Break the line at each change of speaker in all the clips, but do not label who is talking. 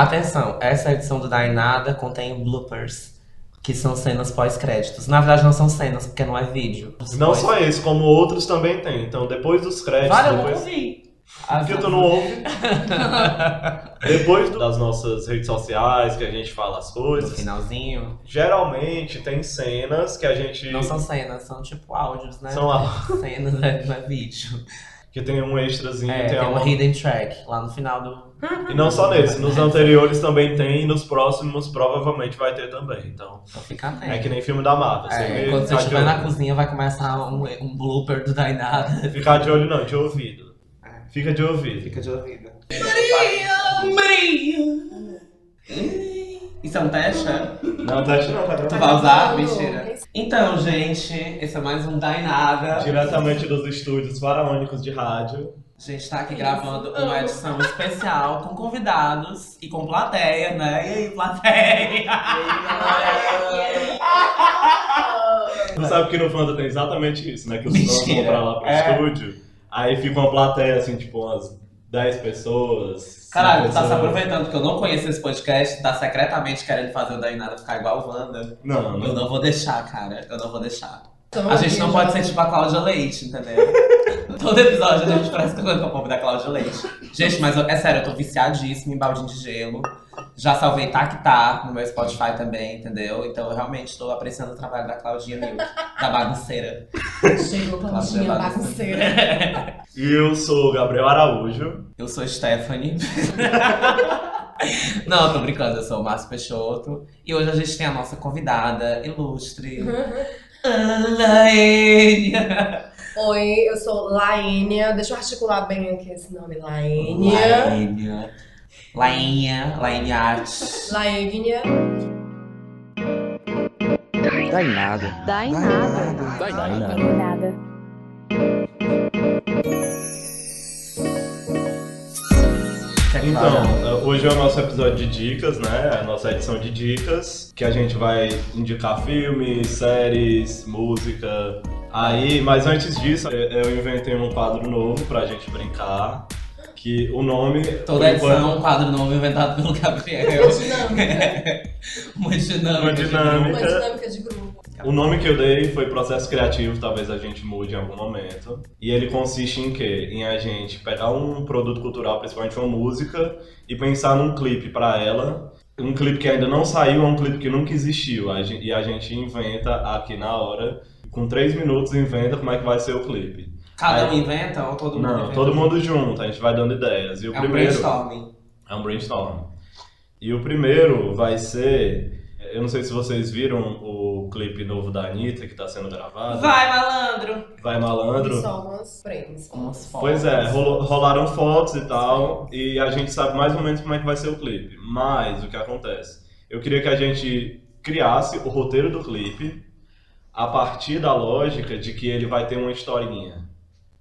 Atenção, essa edição do Dainada contém bloopers, que são cenas pós-créditos. Na verdade, não são cenas, porque não é vídeo.
Não só esse, como outros também tem. Então, depois dos créditos,
Olha, eu não
depois.
ouvi.
As-
Porque tu não ouve. depois do- das nossas redes sociais, que a gente fala as
No
coisas.
finalzinho.
Geralmente tem cenas que a gente.
Não são cenas, são tipo áudios, né?
São a-
Cenas, né? não é vídeo.
que tem um extrazinho,
É,
tem,
tem uma
alguma-
hidden track lá no final do.
E não só nesse, nos
É.
anteriores também tem, e nos próximos provavelmente vai ter também. Então,
Então fica atento.
é que nem filme da Marvel. você
É,
vê,
quando você
ficar de
estiver na
olho.
cozinha, vai começar um, um blooper do Dainada.
Ficar de olho não, de ouvido. Fica de ouvido.
É. Fica de ouvido.
Brilho.
Isso é um teste?
Não, teste não, tá
Tu
gravado.
vai usar? Mentira. Então, gente, esse é mais um Dainada.
Diretamente dos estúdios faraônicos de rádio.
A gente tá aqui gravando uma edição especial com convidados e com plateia, né? E aí, plateia?
Tu sabe que no Fanta tem exatamente isso, né? Que os fãs vão
Mentira.
pra lá pro
É.
estúdio, aí fica uma plateia assim, tipo umas 10 pessoas. cinco
Caralho, tá se
pessoas.
aproveitando que eu não conheço esse podcast, tá secretamente querendo fazer o Dainada ficar igual o Wanda.
Não,
Eu
não.
não vou deixar, cara. Eu não vou deixar. A gente não pode ser tipo a Cláudia Leite, entendeu? Todo episódio a gente parece que eu tô povo da Cláudia Leite. Gente, mas eu- é sério, eu tô viciadíssima em baldinho de gelo. Já salvei Tactá no meu Spotify também, entendeu? Então eu realmente tô apreciando o trabalho da Claudinha Milk, da bagunceira.
Chegou pra
Classe
bichinha
bagunceira.
bagunceira.
E eu sou o Gabriel Araújo.
Eu sou Stephanie. Não, eu tô brincando, eu sou o Márcio Peixoto. E hoje a gente tem a nossa convidada ilustre, Ana Enia.
Oi, eu sou Laínia. Deixa eu articular bem aqui esse nome. Laínia.
Lainha. Lainha. Lainhate.
Laínia.
Dá em nada.
Dá em nada.
Dá em
Dá
nada.
em nada.
Quer
Então,
falar?
eh, hoje é o nosso episódio de dicas, né? A nossa edição de dicas, que a gente vai indicar filmes, séries, música. Aí, mas antes disso, eh, eu inventei um quadro novo pra gente brincar, que o nome por
Toda edição,
enquanto,
um quadro novo inventado pelo Gabriel.
Dinâmica.
Uma dinâmica.
Uma
de
dinâmica.
Uma dinâmica de grupo.
O nome que eu dei foi processo criativo, talvez a gente mude em algum momento. E ele consiste em quê? Em a gente pegar um produto cultural, principalmente uma música, e pensar num clipe pra ela. Um clipe que ainda não saiu, é um clipe que nunca existiu. A gen- E a gente inventa aqui na hora, com três minutos, inventa como é que vai ser o clipe.
grupo. Cada um inventa ou todo mundo
Não,
inventa?
todo mundo junto, a gente vai dando ideias. E o
É um
primeiro.
brainstorming.
É um brainstorm. E o primeiro vai ser. Eu não sei se vocês viram o clipe novo da Anitta que tá sendo gravado.
Vai, malandro!
Vai
E
malandro.
só umas frames.
Umas fotos.
Pois é, rolo- rolaram fotos e tal, e a gente sabe mais ou menos como é que vai ser o clipe. Mas o que acontece? Eu queria que a gente criasse o roteiro do clipe a partir da lógica de que ele vai ter uma historinha.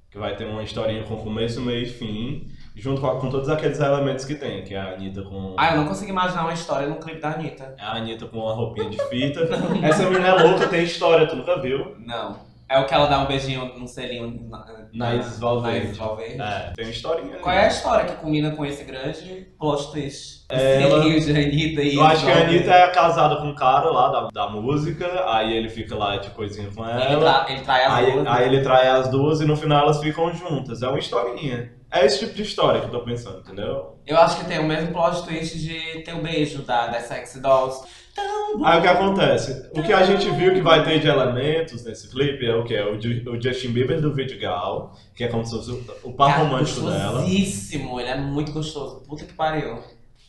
Que vai ter uma historinha com começo, meio e fim, junto com, a- com todos aqueles elementos que tem, que é a Anitta com.
Ah, eu não consigo imaginar uma história num clipe da Anitta.
A Anitta com uma roupinha de fita. Essa menina é louca, tem história, tu nunca viu.
Não. É o que ela dá um beijinho, um selinho na,
Na Isis Valverde.
na Isis Valverde.
É, tem uma historinha.
Qual é a história que combina com esse grande plot twist?
É,
Esse selinho de Anitta e
Eu acho que a
Valverde.
Anitta é casada com um cara lá da, da música, aí ele fica lá de coisinha com
Ele,
é ela.
tra ele trai as
Aí,
duas, né?
aí ele trai as duas e no final elas ficam juntas. É uma historinha. É esse tipo de história que eu tô pensando, entendeu?
Eu acho que tem o mesmo plot twist de ter o beijo da, das Sexy Dolls. Tão
Aí o que acontece? O que a gente viu que vai ter de elementos nesse clipe é o que? É o, Ju- o Justin Bieber do Vidigal, que é como se fosse o- o par
Cara,
romântico dela.
Gostosíssimo, ele é muito gostoso. Puta que pariu.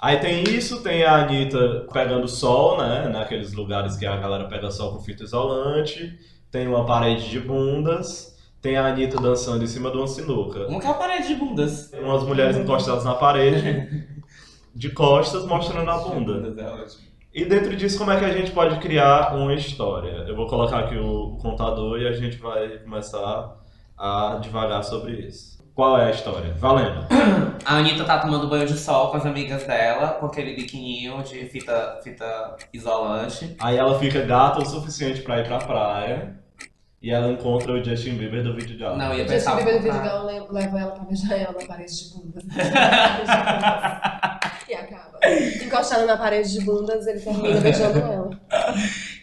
Aí tem isso, tem a Anitta pegando sol, né? Naqueles lugares que a galera pega sol com fita isolante. Tem uma parede de bundas. Tem a Anitta dançando em cima de uma sinuca.
Como que é a parede de bundas?
Umas mulheres encostadas na parede, de costas, mostrando a bunda.
Bundas é ótimo.
E dentro disso, como é que a gente pode criar uma história? Eu vou colocar aqui o contador e a gente vai começar a devagar sobre isso. Qual é a história? Valendo.
A Anitta tá tomando banho de sol com as amigas dela, com aquele biquininho de fita, fita isolante.
Aí ela fica gata o suficiente pra ir pra praia. E ela encontra o Justin Bieber do vídeo dela.
Não, ia
Justin
pensar.
Bieber do Vidigão leva ela pra beijar ela na parede de bunda. e acaba. Encostada na parede de bundas, ele termina beijando ela.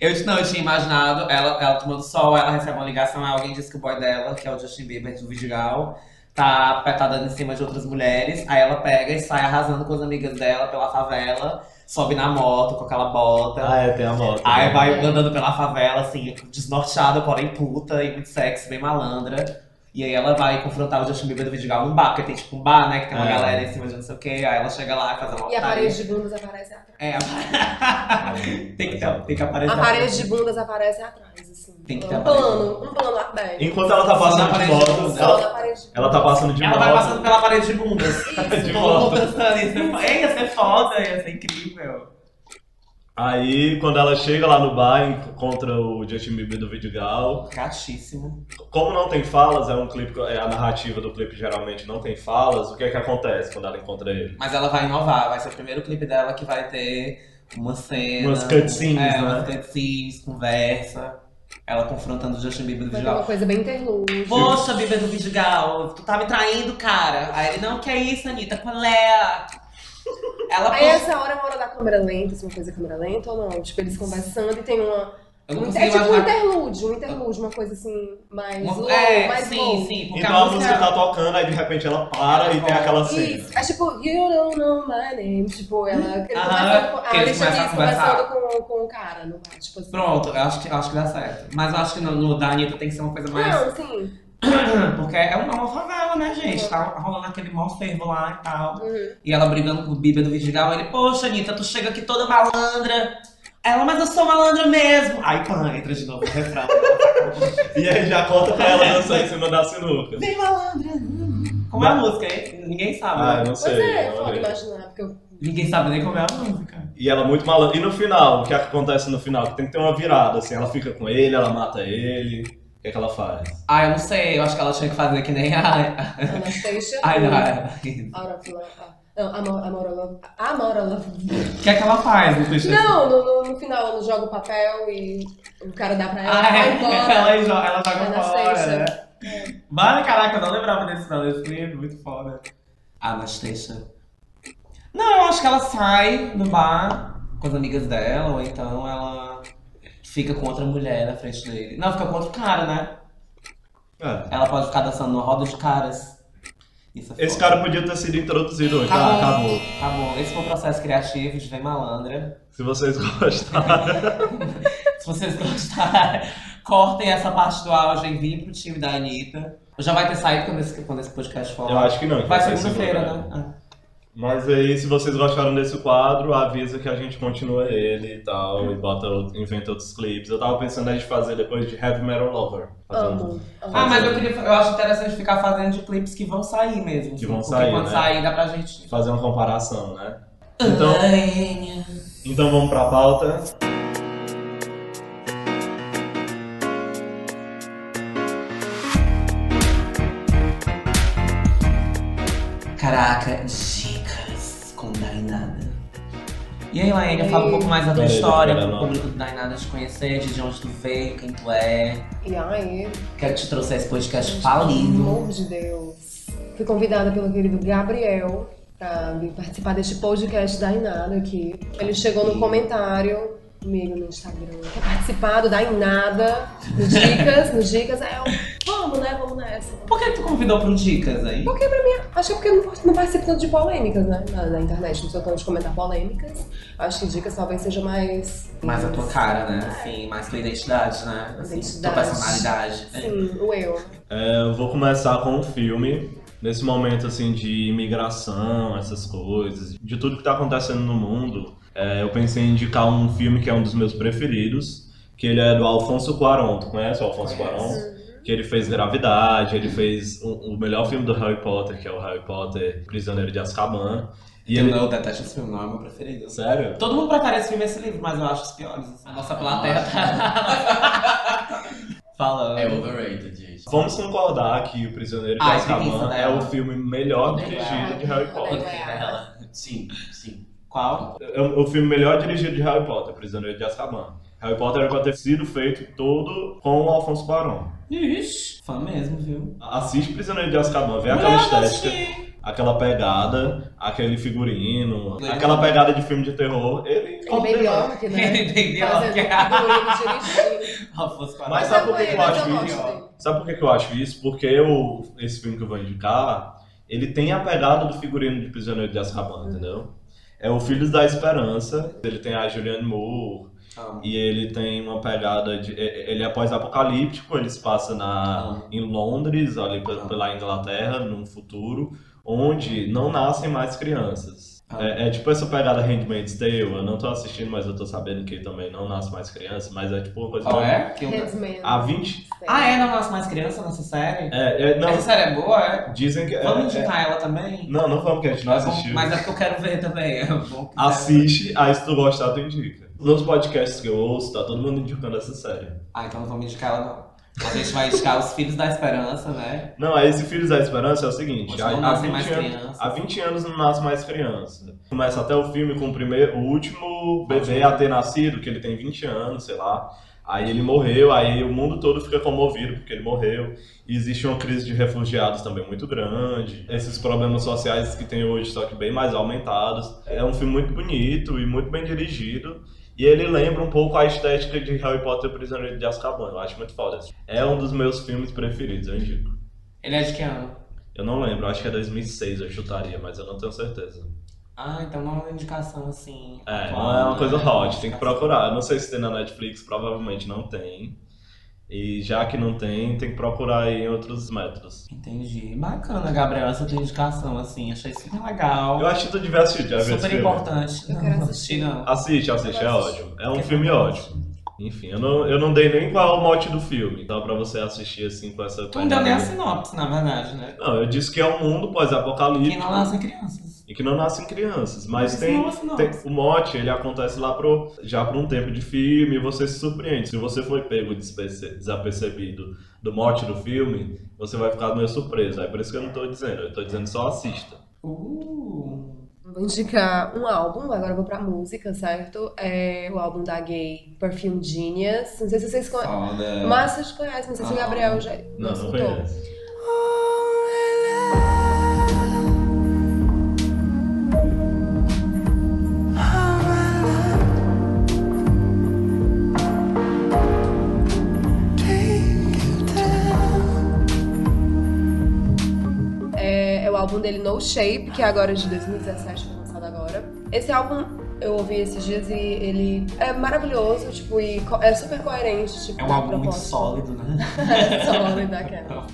Eu disse, não, eu tinha imaginado ela, ela tomando sol, ela recebe uma ligação, aí alguém diz que o boy dela, que é o Justin Bieber do Vidigal, tá, tá dando em cima de outras mulheres. Aí ela pega e sai arrasando com as amigas dela pela favela, sobe na moto com aquela bota.
Ah, é, tem a moto.
Aí
né?
vai andando pela favela, assim, desnorteada, porém puta e muito sexy, bem malandra. E aí ela vai confrontar o Justin Bieber do Vidigal num bar, porque tem tipo um bar, né, que tem uma
É.
galera em cima de não sei o quê. Aí ela chega lá e faz uma
E a
putaria.
parede de bundas aparece atrás.
É, a- tem, que ter, tem que aparecer.
A parede de bundas aparece atrás, assim.
Tem que ter
um
aparelho.
plano, um plano aberto.
Enquanto ela tá
Só na
passando de
parede
moto,
de
Só
ela-
na
ela,
parede de bundas.
ela tá passando de
Ela
moto.
vai passando pela parede de bundas. Todo
De
mundo
moto.
dançando, isso é fo- ia ser foda, ia ser incrível.
Aí, quando ela chega lá no bar, encontra o Justin Bieber do Vidigal.
Gatíssimo.
Como não tem falas, é um clipe, é a narrativa do clipe geralmente não tem falas, o que é que acontece quando ela encontra ele?
Mas ela vai inovar, vai ser o primeiro clipe dela que vai ter uma cena.
Umas cutscenes,
é,
né?
Umas cutscenes, conversa. Ela confrontando o Justin Bieber do
Vai ter uma
Vidigal.
coisa bem interlude.
Poxa, Bieber do Vidigal, tu tá me traindo, cara. Aí ele, não, que é isso, Anitta, qual é? Ela
Aí essa hora é uma hora da câmera lenta, se uma coisa é câmera lenta ou não. Tipo, eles conversando e tem uma.
Eu não
é
consegui
tipo um
imaginar.
interlude, um interlude, uma coisa assim, mais low,
Uma- É,
mais
sim,
low.
sim. Porque
Então a música
música
tá tocando, aí de repente ela para e tem aquela cena.
Isso, é tipo, you don't know my name. Tipo, ela. ele
Uhum. Aham,
conversando com-
que
A
eles
Alicia
começam a
Keys
conversar.
conversando com, com o cara, não é? Tipo assim.
Pronto, eu acho que, eu acho que dá certo. Mas eu acho que no, no da Anitta tem que ser uma coisa mais.
Não, sim.
Porque é uma, uma favela, né, gente? Tá rolando aquele mó fervo lá e tal.
Uhum.
E ela brigando com o Bíblia do Vidigal. Ele, poxa, Anitta, tu chega aqui toda malandra. Ela, mas eu sou malandra mesmo. Aí, pã, entra de novo o refrão.
E aí já corta pra ela dançar em cima da sinuca.
Bem malandra. hum. Como é a música, hein? Ninguém sabe.
Ah,
né?
não
Pois
sei.
é, é
não
foda
sei.
imaginar, porque eu.
Ninguém sabe nem como é a música.
E ela muito malandra. E no final, o que acontece no final? Que tem que ter uma virada, assim, ela fica com ele, ela mata ele. O que é que ela faz?
Ah, eu não sei. Eu acho que ela tinha que fazer que nem a.
Anastasia.
Ai, não.
Out
é.
of love. ah, Não, Amor, Amor, Love. Amor, Love.
O que é que ela faz no Twister?
Não, no, no, no final ela joga o papel e o cara dá pra ela.
Ah,
vai
é.
embora.
Ela, jo- ela
Vai
joga
na
fora,
sexta.
né? Mano, caraca, eu não lembrava desse não, desse livro, muito foda. Anastasia. Não, eu acho que ela sai do bar com as amigas dela, ou então ela fica com outra mulher na frente dele. Não, fica com outro cara, né?
É.
Ela pode ficar dançando numa roda de caras. Isso é
Esse
foda.
cara podia ter sido introduzido hoje. Ah, acabou.
Acabou. Esse foi o processo criativo de Vem Malandra.
Se vocês gostaram.
Se vocês gostaram, cortem essa parte do auge e vim pro time da Anitta. Já vai ter saído quando esse, quando esse podcast for.
Eu acho que não. que
Vai
ser
segunda-feira,
segunda.
né? Ah.
Mas aí, se vocês gostaram desse quadro, avisa que a gente continua ele e tal, e bota, outro- inventa outros clipes. Eu tava pensando a gente fazer depois de Heavy Metal Lover. Fazer um-
Amo. amo.
Ah, mas eu queria. Eu acho interessante ficar fazendo de clipes que vão sair mesmo.
Que vão
Porque
sair,
quando
né?
sair dá pra gente.
Fazer uma comparação, né?
Ah.
Então,
Ai,
então vamos pra pauta.
Caraca, dicas com Dainada. E aí, Laênia, fala um pouco mais da tua
Peraí,
história,
peraí,
pro
não.
público do Dainada te conhecer, de onde tu veio, quem tu é,
E aí,
o que é que te trouxe a esse podcast
pelo
falido.
amor de Deus. Fui convidada pelo querido Gabriel pra vir participar deste podcast da Inada aqui. Ele chegou no comentário comigo no Instagram. Quer participar do da Inada? No Dicas, no Dicas. Aí eu, vamos, né? Vamos nessa.
Por que tu convidou pro Dicas aí?
Acho que é porque eu não, não participo tanto de polêmicas, né? Na, na internet, não sou tanto de comentar polêmicas. Acho que dicas talvez seja mais.
Mais a tua cara, né? Assim, mais tua identidade, né? Assim,
Identidade.
Tua personalidade. né?
Sim, o eu.
É, eu vou começar com um filme. Nesse momento, assim, de imigração, essas coisas, de tudo que tá acontecendo no mundo, é, eu pensei em indicar um filme que é um dos meus preferidos, que ele é do Alfonso Cuarón. Tu conhece o Alfonso
Conheço.
Cuarón? que ele fez Gravidade, ele fez o, o melhor filme do Harry Potter, que é o Harry Potter Prisioneiro de Azkaban. E
E eu
ele...
não detesto esse filme, não é meu preferido.
Sério?
Todo mundo prefere esse filme e esse livro, mas eu acho os piores. assim. A nossa plateia tá. Falando.
É overrated, gente.
Vamos concordar que o Prisioneiro de
Ah, isso é isso,
Azkaban
né?
é o filme melhor
É.
dirigido de Harry Potter.
é.
Sim, sim.
Qual?
É o o filme melhor dirigido de Harry Potter, Prisioneiro de Azkaban. Harry Potter era pra ter sido feito todo com o Alfonso Cuarón.
Ixi. Fã mesmo, viu?
Assiste Prisioneiro de Azkaban, vê aquela É estética. aquela pegada, aquele figurino,
Lembra?
aquela pegada de filme de terror, ele.
Baby York, né?
Baby
Fazendo
York.
figurino direitinho.
Afonso Cuarón.
Mas
Mas
sabe por que
eu
que eu
gosto,
acho
eu
isso?
gosto dele.
Sabe por que, que eu acho isso? Porque eu, esse filme que eu vou indicar, ele tem a pegada do figurino de Prisioneiro de Azkaban, entendeu? É o Filhos da Esperança, ele tem a Julianne Moore,
Amo.
e ele tem uma pegada de... é- Ele é pós-apocalíptico, ele se passa na,
Ah.
em Londres, ali pe- pela Inglaterra, num futuro, onde não nascem mais crianças.
Ah.
É, é tipo essa pegada Handmaid's Tale, eu não tô assistindo, mas eu tô sabendo que também não nasce mais criança, mas é tipo uma coisa...
Qual é? Que eu-
Headsman.
Há 20...
Ah, é? Não nasce mais criança nessa série?
É, é, não,
Essa série é boa, é?
Dizem que. é-
Vamos
é-
indicar ela também?
Não, não vamos, que a gente não assistiu.
Mas é porque eu quero ver também. É bom que-
Assiste, aí se tu gostar, tu indica. Nos podcasts que eu ouço, tá todo mundo indicando essa série.
Ah, então não vamos indicar ela não. A gente vai indicar Os Filhos da Esperança, né?
Não, aí esse Filhos da Esperança é o seguinte:
Onde
há,
não
há,
nascem mais
20 anos,
crianças.
há 20 anos não nasce mais criança. Começa até o filme com o, primeiro, o último bebê a ter nascido, que ele tem 20 anos, sei lá. Aí ele morreu, aí o mundo todo fica comovido porque ele morreu. E existe uma crise de refugiados também muito grande. Esses problemas sociais que tem hoje, só que bem mais aumentados. É um filme muito bonito e muito bem dirigido. E ele lembra um pouco a estética de Harry Potter e o Prisioneiro de Azkaban. Eu acho muito foda. É um dos meus filmes preferidos, eu indico.
Ele é de que ano?
Eu não lembro, acho que é 2006 eu chutaria, mas eu não tenho certeza.
Ah, então não é uma indicação assim.
É,
atual,
não é uma
né?
coisa hot, tem que procurar. Eu não sei se tem na Netflix, provavelmente não tem. E já que não tem, tem que procurar aí em outros métodos.
Entendi. Bacana, Gabriel, essa tua indicação, assim. Achei super legal.
Eu acho que tu devia assistir, já viu esse
super
filme?
importante.
Eu
Não,
quero
não assisti, não.
Assiste, assiste, é
Eu assisti.
ótimo. É um filme ótimo. Enfim, eu não, eu não dei nem qual é o mote do filme, dá pra você assistir assim com essa...
Tu não deu nem a sinopse, na verdade, né?
Não, eu disse que é um
Quem
mundo
não
pós-apocalíptico
nasce crianças.
e que não nascem crianças, mas
Isso
tem...
não é uma sinopse.
Tem- o mote, ele acontece lá pro, já por um tempo de filme e você se surpreende. Se você foi pego desperce- desapercebido do mote do filme, você vai ficar meio surpreso. É por isso que eu não tô dizendo, eu tô dizendo só assista.
Uh,
Vou indicar um álbum, agora eu vou pra música, certo? É o álbum da gay Perfume Genius. Não sei se vocês conhecem.
foda.
Mas vocês conhecem, não sei se o
Ah.
Gabriel já
Não, não
escutou.
conheço.
É, é o álbum dele No Shape, que é agora de 2017, foi lançado agora. Esse álbum eu ouvi esses dias e ele é maravilhoso, tipo, e co- é super coerente, tipo,
É um
com a
álbum muito
proposta.
sólido, né?
sólida, aquela.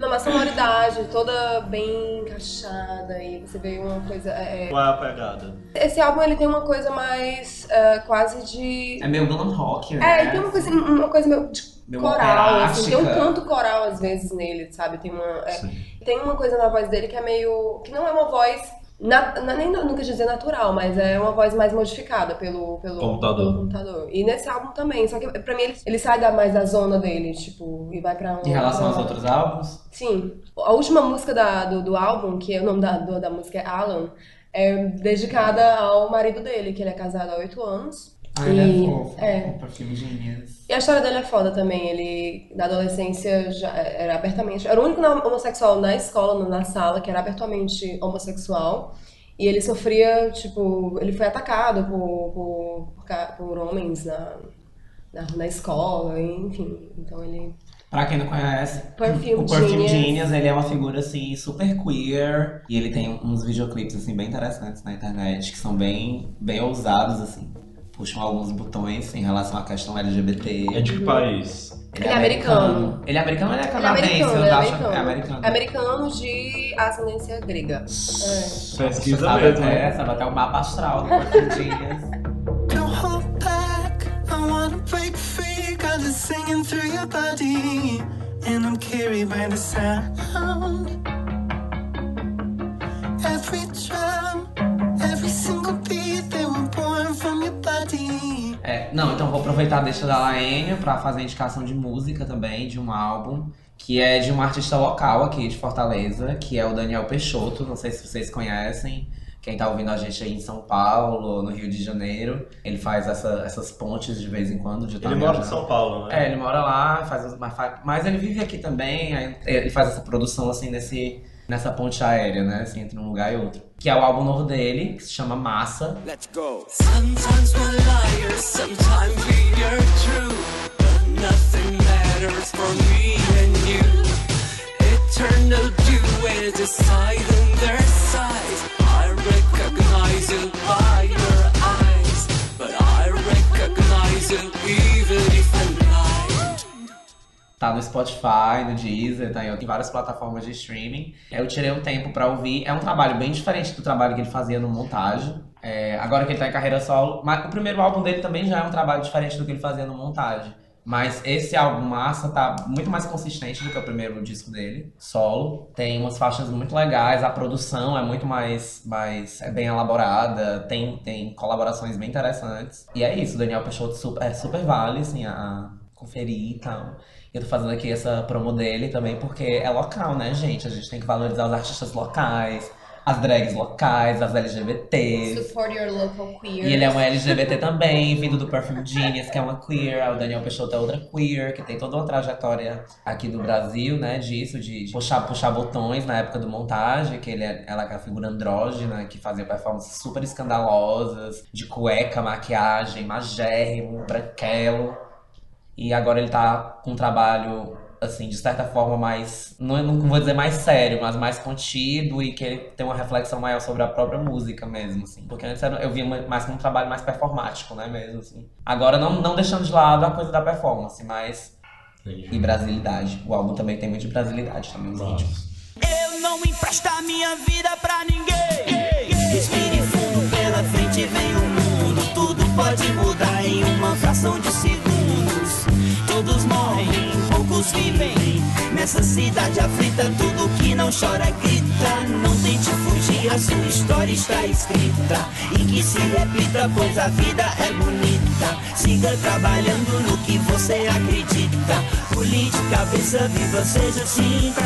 Não, mas sonoridade toda bem encaixada e você vê uma coisa. é- é-
Qual é a pegada?
Esse álbum ele tem uma coisa mais é, quase de.
É meio glam rock, né?
É, e tem uma coisa, uma coisa meio de
Meio
coral, assim, tem um
operática.
canto coral às vezes nele, sabe? Tem uma, é,
Sim.
tem uma coisa na voz dele que é meio. que não é uma voz. Na, na, nem não quis dizer natural, mas é uma voz mais modificada pelo, pelo,
Computador.
pelo computador. E nesse álbum também, só que pra mim ele, ele sai da, mais da zona dele, tipo, e vai pra um.
Em relação aos
pra-
outros álbuns?
Sim. A última música da- do, do álbum, que é o nome da, do- da música é Alan, é dedicada ao marido dele, que ele é casado há oito anos.
Ah, ele
E-
é fofo.
é.
Um perfume de meninas.
E a história dele é foda também. Ele, na adolescência, já é, era abertamente. Era o único na- homossexual na escola, na- na sala, que era abertamente homossexual. E ele sofria, tipo, ele foi atacado por, por, por, ca- por homens na, na, na escola, enfim. Então ele.
Pra quem não conhece,
Perfume
o Perfume
Genius.
Genius, ele é uma figura, assim, super queer. E ele tem uns videoclipes, assim, bem interessantes na internet, que são bem, bem ousados, assim. Puxam alguns botões em relação à questão LGBT.
É
Uhum.
de que país?
Ele é americano.
Ele é americano ou ele é
Ele é
canadense?
americano, ele
eu
é
acho
americano.
é americano.
Americano de ascendência grega. É.
Pesquisa
sabe é.
mesmo,
até,
né?
sabe até o mapa astral do Perfume Genius.
Don't hold back. I wanna break free. Cause it's singing through your body. And I'm carried by the sound. Every drum, every single beat, they were born from your body.
É, não, então vou aproveitar a deixa da Laênia pra fazer a indicação de música também, de um álbum, que é de um artista local aqui de Fortaleza, que é o Daniel Peixoto, não sei se vocês conhecem. Quem tá ouvindo a gente aí em São Paulo, no Rio de Janeiro, ele faz essa- essas pontes de vez em quando. De
Ele
tá
mora em
viajando.
São Paulo, né?
É, ele mora lá, faz, os- mas, fa- mas ele vive aqui também, aí ele faz essa produção assim nesse, nessa ponte aérea, né? Assim, entre um lugar e outro. Que é o álbum novo dele, que se chama Massa.
Sometimes we're liars, sometimes we are true. But nothing matters for me and you. Eternal duet decide on their side. I recognize you by your eyes. But I recognize you even if I'm blind.
Tá no Spotify, no Deezer, tá em outras- em várias plataformas de streaming. Eu tirei um tempo pra ouvir. É um trabalho bem diferente do trabalho que ele fazia no montagem. É, agora que ele tá em carreira solo. Mas o primeiro álbum dele também já é um trabalho diferente do que ele fazia no montagem. Mas esse álbum Massa tá muito mais consistente do que o primeiro disco dele, solo. Tem umas faixas muito legais, a produção é muito mais, mais é bem elaborada, tem, tem colaborações bem interessantes. E é isso, o Daniel Peixoto super, é, super vale, assim, a- a conferir e tal. Eu tô fazendo aqui essa promo dele também porque é local, né, gente? A gente tem que valorizar os artistas locais, as drags locais, as LGBTs.
Support your local queer.
E ele é um LGBT também, vindo do Perfume Genius, que é uma queer. O Daniel Peixoto é outra queer, que tem toda uma trajetória aqui do Brasil, né? Disso, de de puxar, puxar botões na época do montagem, que ele é, ela é a figura andrógena, que fazia performances super escandalosas, de cueca, maquiagem, magérrimo, branquelo. E agora ele tá com um trabalho, assim, de certa forma mais. Não, não vou dizer mais sério, mas mais contido e que ele tem uma reflexão maior sobre a própria música mesmo, assim. Porque antes era- eu via mais como um trabalho mais performático, né, mesmo, assim. Agora, não, não deixando de lado a coisa da performance, mas. E brasilidade. O álbum também tem muito de brasilidade, tá também os ritmos.
Eu não empresto a minha vida pra ninguém. Respire fundo, pela frente vem o mundo. Tudo pode mudar em uma fração de segundos. Todos morrem, poucos vivem. Nessa cidade aflita, tudo que não chora grita. Não tente fugir, a sua história está escrita. E que se repita, pois a vida é bonita. Siga trabalhando no que você acredita. Pule de cabeça viva, seja assim. sinta.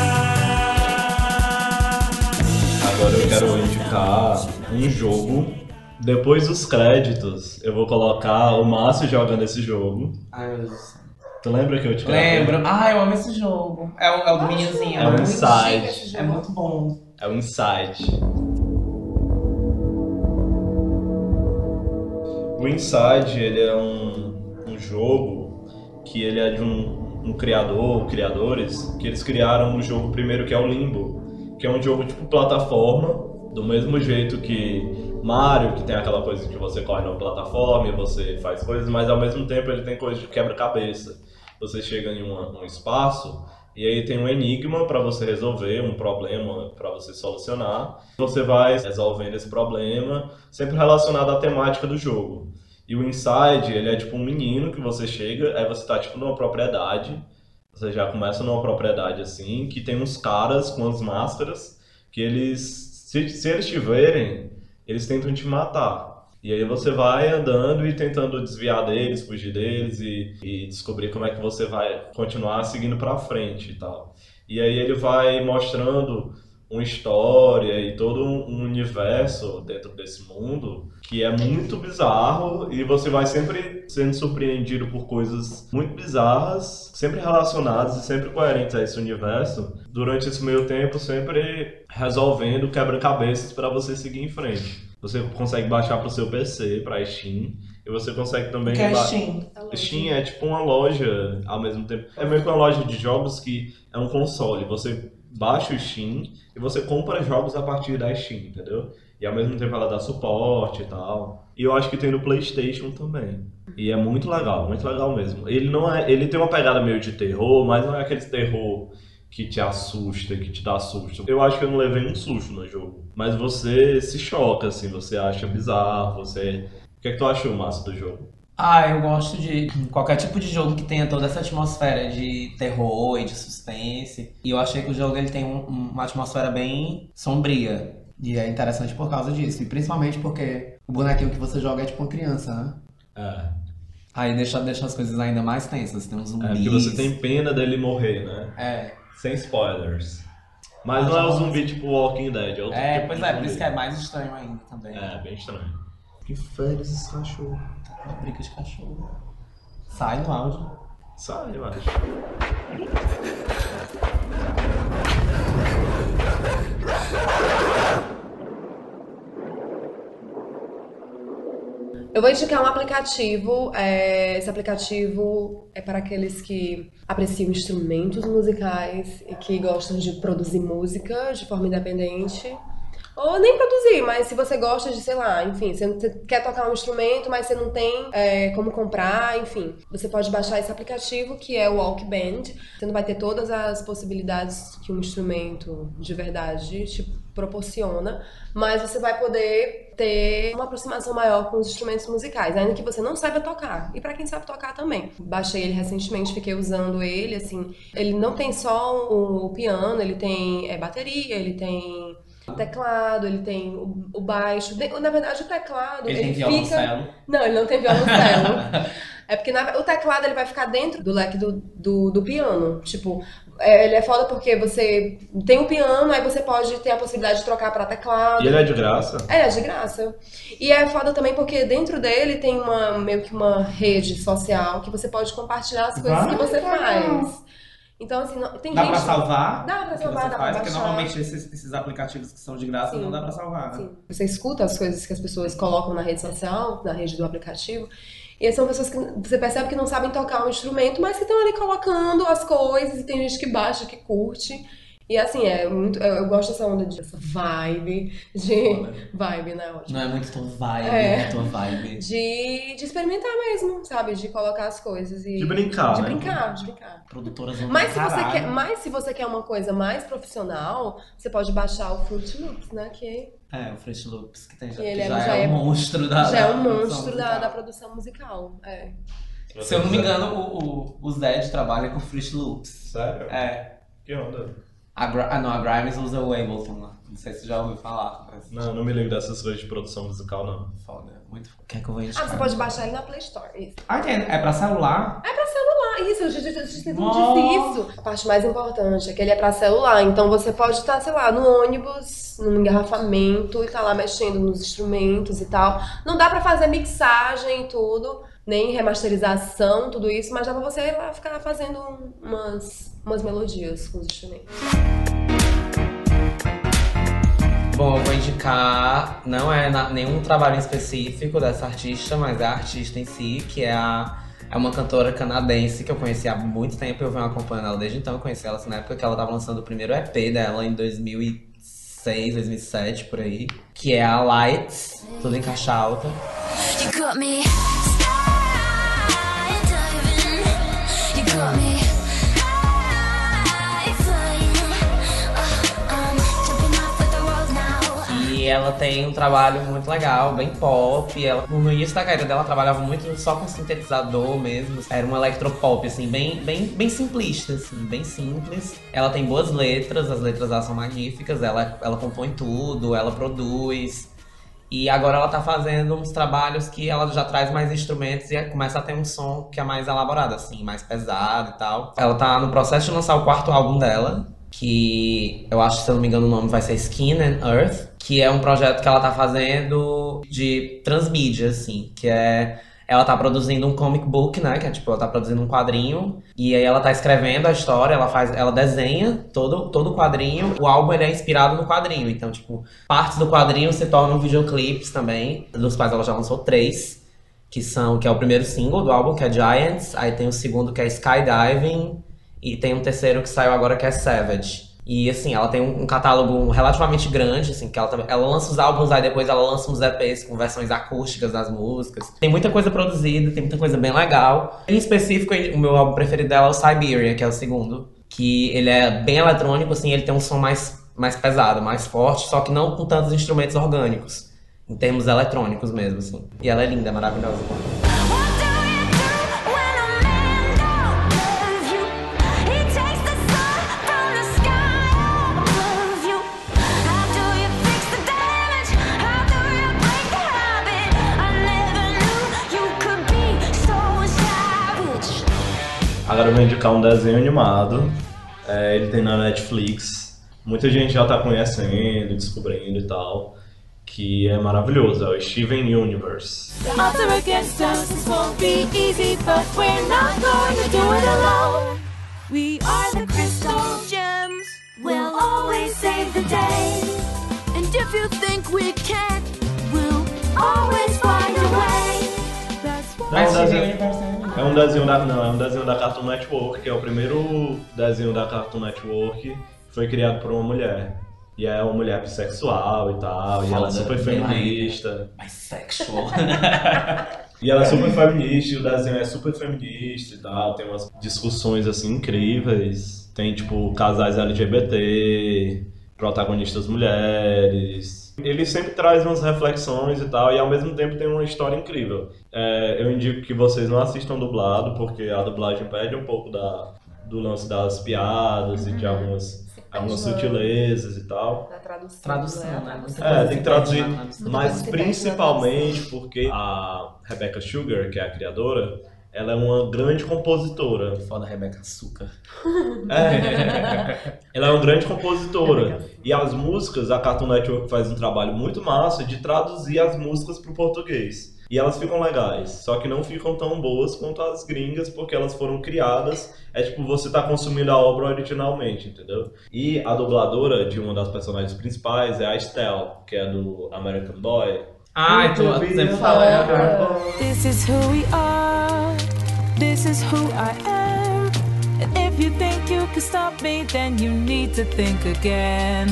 Agora eu quero indicar um jogo. Depois dos créditos, eu vou colocar o Márcio jogando esse jogo.
Ai, meu Deus do céu.
Tu lembra que eu te gravei?
Lembro. Ai, eu amo esse jogo. É o, é o do meninozinho.
É um
né?
inside.
É muito bom.
É um insight. O insight ele é um, um jogo que ele é de um, um criador, criadores, que eles criaram um jogo primeiro que é o Limbo, que é um jogo tipo plataforma, do mesmo jeito que Mario, que tem aquela coisa que você corre na plataforma e você faz coisas, mas ao mesmo tempo ele tem coisa de quebra-cabeça. Você chega em uma- um espaço e aí tem um enigma para você resolver, um problema para você solucionar. Você vai resolvendo esse problema, sempre relacionado à temática do jogo. E o Inside, ele é tipo um menino que você chega, aí você tá tipo numa propriedade. Você já começa numa propriedade assim, que tem uns caras com as máscaras, que eles, se, se eles te verem, eles tentam te matar. E aí você vai andando e tentando desviar deles, fugir deles e, e descobrir como é que você vai continuar seguindo pra frente e tal. E aí ele vai mostrando uma história e todo um universo dentro desse mundo que é muito bizarro e você vai sempre sendo surpreendido por coisas muito bizarras, sempre relacionadas e sempre coerentes a esse universo. Durante esse meio tempo, sempre resolvendo quebra-cabeças para você seguir em frente. Você consegue baixar pro seu PC, pra Steam, e você consegue também.
Que é
ba-
Steam.
Tá
Steam é tipo uma loja ao mesmo tempo. É meio que uma loja de jogos que é um console. Você baixa o Steam e você compra jogos a partir da Steam, entendeu? E ao mesmo tempo ela dá suporte e tal. E eu acho que tem no PlayStation também. E é muito legal, muito legal mesmo. Ele não é, ele tem uma pegada meio de terror, mas não é aquele terror que te assusta, que te dá susto. Eu acho que eu não levei um susto no jogo, mas você se choca assim, você acha bizarro, você O que é que tu achou massa do jogo?
Ah, eu gosto de qualquer tipo de jogo que tenha toda essa atmosfera de terror e de suspense. E eu achei que o jogo ele tem um- um- uma atmosfera bem sombria. E é interessante por causa disso. E principalmente porque o bonequinho que você joga é tipo uma criança, né?
É.
Aí deixa, deixa as coisas ainda mais tensas. Tem um zumbi.
É, porque você tem pena dele morrer, né?
É,
Sem spoilers. Mas
Ah,
não é
já
o
vamos-
zumbi tipo Walking Dead, é outro
é,
tipo
pois
de
é, por isso que é
zumbi.
mais estranho ainda também.
É, bem estranho. Que férias esse cachorro.
Uma briga de cachorro. Sai no áudio.
Sai, eu acho.
Eu vou indicar um aplicativo. é, esse aplicativo é para aqueles que apreciam instrumentos musicais e que gostam de produzir música de forma independente. Ou nem produzir, mas se você gosta de, sei lá, enfim, você não te- quer tocar um instrumento, mas você não tem é, como comprar, enfim. Você pode baixar esse aplicativo que é o Walkband. Você não vai ter todas as possibilidades que um instrumento de verdade te proporciona, mas você vai poder ter uma aproximação maior com os instrumentos musicais, ainda que você não saiba tocar. E pra quem sabe tocar também. Baixei ele recentemente, fiquei usando ele, assim. Ele não tem só o piano, ele tem é, bateria, ele tem teclado, ele tem o, o baixo. De- na verdade, o teclado
Ele tem
fica.
violoncelo.
Não, ele não tem violoncelo. é porque na- o teclado ele vai ficar dentro do leque do, do, do piano. Tipo, é, ele é foda porque você tem o piano, aí você pode ter a possibilidade de trocar pra teclado.
E ele é de graça?
É, de graça. E é foda também porque dentro dele tem uma meio que uma rede social que você pode compartilhar as coisas
Ah,
que você
legal.
faz. Então, assim, não- tem
Dá
gente.
pra salvar?
Dá pra
o que
salvar,
você
dá pra
faz? Porque
baixar.
normalmente esses, esses aplicativos que são de graça
Sim.
não dá pra salvar. né?
Sim. Você escuta as coisas que as pessoas colocam na rede social, na rede do aplicativo. E são pessoas que você percebe que não sabem tocar um instrumento, mas que estão ali colocando as coisas, e tem gente que baixa, que curte. E assim, é muito. Eu, eu gosto dessa onda de dessa vibe. De. Vibe, né? Ótimo.
Não é muito tua vibe,
É.
é tua vibe.
De, de experimentar mesmo, sabe? De colocar as coisas e.
De brincar,
De
né?
brincar, de brincar.
Produtoras vão
Mas se,
pra
você
caralho.
quer, mas se você quer uma coisa mais profissional, você pode baixar o Fruit Loops, né? Que
É, o Fresh Loops que, tem, já,
Que ele
que
é-
já,
já
é,
é-
um monstro da.
já
da
é um
produção
monstro da,
musical.
da produção musical. É.
Se eu não me engano, o, o, o Zed trabalha com Fresh Loops.
Sério?
É.
Que onda?
A Gri- ah, não, a Grimes usa o Ableton lá. Não sei se você já ouviu falar. Mas...
Não, não me lembro dessas coisas de produção musical, não.
Foda. Muito. O que é que eu vou indicar?
Ah, você pode baixar ele na Play Store. Isso.
Ah, tem. É pra celular?
É pra celular, isso, eu já, já, já, já
Nossa.
não disse isso. A parte mais importante é que ele é pra celular, então você pode estar, sei lá, no ônibus, num engarrafamento, e tá lá mexendo nos instrumentos e tal. Não dá pra fazer mixagem e tudo, nem remasterização, tudo isso, mas dá pra você ir lá ficar fazendo um, umas, umas melodias com os instrumentos.
Bom, eu vou indicar, não é na- nenhum trabalho específico dessa artista, mas é a artista em si, que é, a, é uma cantora canadense que eu conheci há muito tempo, eu venho acompanhando ela desde então, eu conheci ela assim, na época que ela tava lançando o primeiro EP dela em 2006, 2007, por aí, que é a Lights, tudo em caixa alta.
You got me sky diving. You got me high flying. Oh, I'm jumping off of the walls now.
E ela tem um trabalho muito legal, bem pop. Ela, no início da carreira dela, ela trabalhava muito só com sintetizador mesmo. Era um electropop, assim, bem, bem, bem simplista, assim, bem simples. Ela tem boas letras, as letras dela são magníficas. Ela, ela compõe tudo, ela produz. E agora ela tá fazendo uns trabalhos que ela já traz mais instrumentos e começa a ter um som que é mais elaborado, assim, mais pesado e tal. Ela tá no processo de lançar o quarto álbum dela, que eu acho, se eu não me engano, o nome vai ser Skin and Earth, que é um projeto que ela tá fazendo de transmídia, assim, que é. Ela tá produzindo um comic book, né? Que é tipo, ela tá produzindo um quadrinho. E aí ela tá escrevendo a história, ela faz, ela desenha todo, todo o quadrinho. O álbum ele é inspirado no quadrinho. Então, tipo, partes do quadrinho se tornam videoclipes também. Dos quais ela já lançou três. Que são, que é o primeiro single do álbum, que é Giants. Aí tem o segundo que é Skydiving. E tem um terceiro que saiu agora que é Savage. E assim, ela tem um, um catálogo relativamente grande, assim, que ela, também- ela lança os álbuns, aí depois ela lança uns EPs com versões acústicas das músicas. Tem muita coisa produzida, tem muita coisa bem legal. Em específico, o meu álbum preferido dela é o Siberia, que é o segundo. Que ele é bem eletrônico, assim, ele tem um som mais, mais pesado, mais forte, só que não com tantos instrumentos orgânicos. Em termos eletrônicos mesmo, assim. E ela é linda, maravilhosa.
What do you do when a man don't love you? He takes the sun from the sky above you. How do you fix the damage? How do you break the habit? I never knew you could be so savage.
Agora eu vou indicar um desenho animado. É, ele tem na Netflix. Muita gente já tá conhecendo, descobrindo e tal. que é maravilhoso, é o Steven Universe.
Odds are against us, this won't be easy, but we're not gonna do it alone. We are the crystal gems, we'll always save the day. And if you think we can't, we'll always find a way. That's why.
Mas
Mas Mas
o
esse é- É um desenho da. Não, é um desenho da Cartoon Network, que é o primeiro desenho da Cartoon Network que foi criado por uma mulher. E é uma mulher bissexual e tal, e ela é super feminista.
Bisexual.
E ela é super feminista, e o desenho é super feminista e tal, tem umas discussões assim incríveis. Tem tipo casais LGBT, protagonistas mulheres. Ele sempre traz umas reflexões e tal, e ao mesmo tempo tem uma história incrível. É, eu indico que vocês não assistam dublado, porque a dublagem perde um pouco da, do lance das piadas e de algumas, algumas
é.
sutilezas e tal.
Da tradução.
Tradução, né?
né?
Muita
É,
coisa
tem que
perde na
traduzir.
tradução.
Mas
Muito
principalmente porque a Rebecca Sugar, que é a criadora, ela é uma grande compositora.
Foda, Rebeca Açúcar.
É. ela é uma grande compositora. E as músicas, a Cartoon Network faz um trabalho muito massa de traduzir as músicas para o português. E elas ficam legais, só que não ficam tão boas quanto as gringas, porque elas foram criadas. É tipo você tá consumindo a obra originalmente, entendeu? E a dubladora de uma das personagens principais é a Estelle, que é do American Boy. Ah,
Ai,
então,
tô
né?
sempre falando.
This is who we are. This is who I am. And if you think you can stop me, then you need to think again.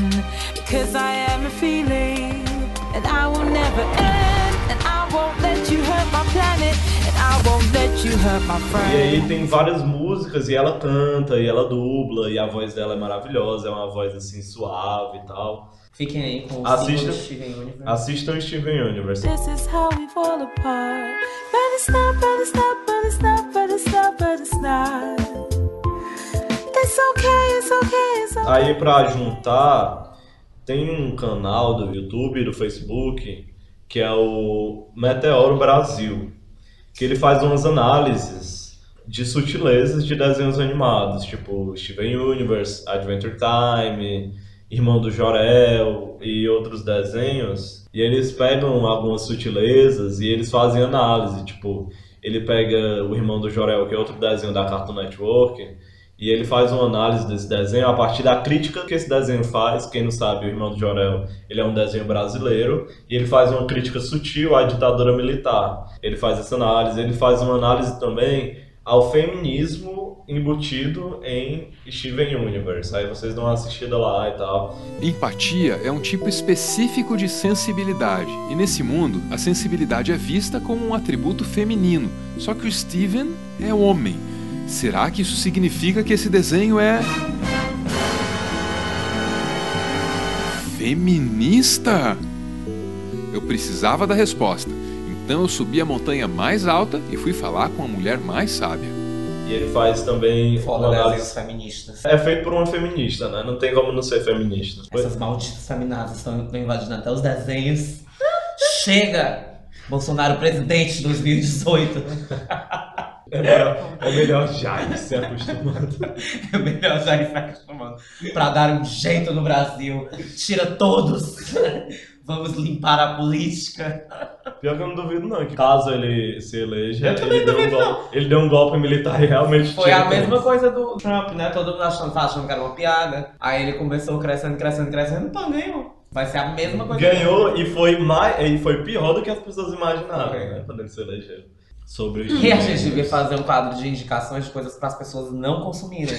Because I am a feeling, and I will never end. And I won't let you hurt my planet, and I won't let you hurt my
E aí
friend.
tem várias músicas e ela canta e ela dubla e a voz dela é maravilhosa, é uma voz assim suave e tal.
Fiquem aí com o single
Assista.
do Steven Universe.
Assistam Steven Universe.
This is how we fall apart. But it's not, but it's not, but it's not, but it's not, but it's not. It's okay, it's okay, it's okay.
Aí pra juntar, tem um canal do YouTube e do Facebook que é o Meteoro Brasil, que ele faz umas análises de sutilezas de desenhos animados, tipo Steven Universe, Adventure Time, Irmão do Jorel e outros desenhos. E eles pegam algumas sutilezas e eles fazem análise, tipo, ele pega o Irmão do Jorel, que é outro desenho da Cartoon Network, e ele faz uma análise desse desenho a partir da crítica que esse desenho faz. Quem não sabe, o Irmão do Jorel, ele é um desenho brasileiro. E ele faz uma crítica sutil à ditadura militar. Ele faz essa análise. Ele faz uma análise também ao feminismo embutido em Steven Universe. Aí vocês dão uma assistida lá e tal.
Empatia é um tipo específico de sensibilidade, e nesse mundo, a sensibilidade é vista como um atributo feminino, só que o Steven é homem. Será que isso significa que esse desenho é. feminista? Eu precisava da resposta, então eu subi a montanha mais alta e fui falar com a mulher mais sábia.
E ele faz também
Foda
uma
desenhos
análise.
feministas.
É feito por uma feminista, né? Não tem como não ser feminista.
Essas malditas feminazes estão estão invadindo até os desenhos. Chega! Bolsonaro presidente de 2018.
É melhor, é melhor já ir se acostumando.
É melhor já ir se acostumando. Pra dar um jeito no Brasil. Tira todos. Vamos limpar a política.
Pior que eu não duvido, não. Que caso ele se eleja,
Eu também
ele, deu um
duvido,
golpe, ele deu um golpe militar e realmente
Foi a
tirou.
mesma coisa do Trump, né? Todo mundo achando, tá achando que era uma piada. Aí ele começou crescendo, crescendo, crescendo. Pô, ganhou. Vai ser a mesma coisa.
Ganhou e foi, mais, e foi pior do que as pessoas imaginaram,
É.
né? Quando ele se elegeu. Sobre os
E a gente devia
gêneros.
fazer um quadro de indicações de coisas para as pessoas não consumirem.